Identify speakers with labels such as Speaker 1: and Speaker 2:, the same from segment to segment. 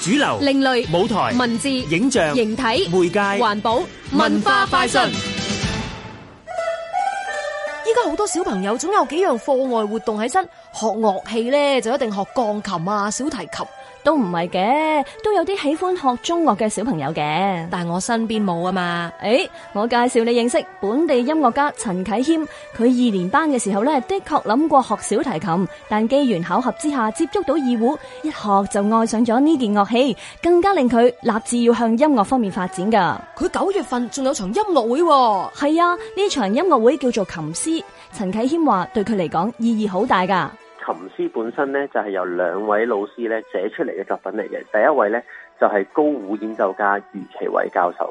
Speaker 1: 主流、
Speaker 2: 另類
Speaker 1: 舞台、
Speaker 2: 文字、
Speaker 1: 影像、
Speaker 2: 形體、
Speaker 1: 媒介
Speaker 2: 環保、文化快訊。
Speaker 3: 依家好多小朋友總有幾樣課外活動喺身，學樂器咧就一定學鋼琴啊、小提琴。
Speaker 4: 都唔係嘅，都有啲喜歡學中樂嘅小朋友嘅。誒、
Speaker 3: 但係我身邊冇啊嘛，
Speaker 4: 我介紹你認識本地音樂家陳啟謙。佢二年班嘅時候呢，的確諗過學小提琴，但機緣巧合之下接觸到二胡，一學就愛上咗呢件樂器，更加令佢立志要向音樂方面發展㗎。
Speaker 3: 佢九月份仲有場音樂會喎。
Speaker 4: 係啊，呢場音樂會叫做琴師。陳啟謙話對佢嚟講意義好大㗎。
Speaker 5: 琴詩本身咧就係、由兩位老師咧寫出嚟嘅作品嚟嘅。第一位咧就係、高胡演奏家余其偉教授，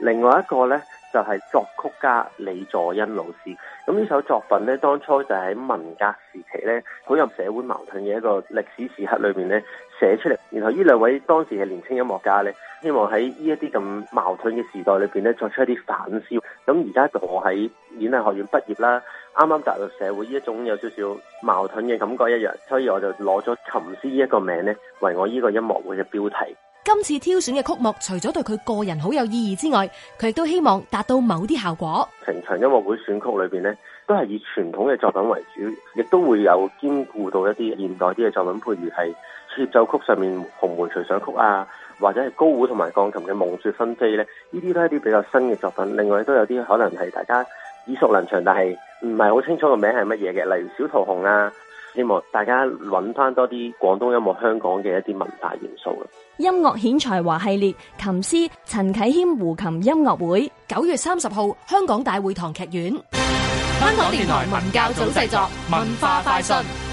Speaker 5: 另外一個咧就係、作曲家李佐恩老師。咁呢首作品咧，當初就喺文革時期咧，好有社會矛盾嘅一個歷史時刻裏面咧寫出嚟。然後呢兩位當時嘅年輕音樂家咧，希望喺呢一啲咁矛盾嘅時代裏面咧作出一啲反思。咁而家我喺演藝學院畢業啦。啱啱踏入社會呢一種有少少矛盾嘅感覺一樣，所以我就攞咗琴師呢一個名呢，為我呢個音樂會嘅標題。
Speaker 3: 今次挑選嘅曲目，除咗對佢個人好有意義之外，佢亦都希望達到某啲效果。
Speaker 5: 成場音樂會選曲裏邊呢，都係以傳統嘅作品為主，亦都會有兼顧到一啲現代啲嘅作品，譬如係協奏曲上面紅梅隨想曲啊，或者係高胡同埋鋼琴嘅夢雪紛飛呢，呢啲都係一啲比較新嘅作品。另外都有啲可能係大家耳熟能詳，但係唔係好清楚個名係乜嘢嘅，例如小桃紅啊。希望大家揾翻多啲廣東音樂香港嘅一啲文化元素啦。
Speaker 4: 音樂顯才華系列琴師陳啟謙胡琴音樂會。
Speaker 3: 九月三十號，香港大會堂劇院。
Speaker 2: 香港電台文教組製作，文化快訊。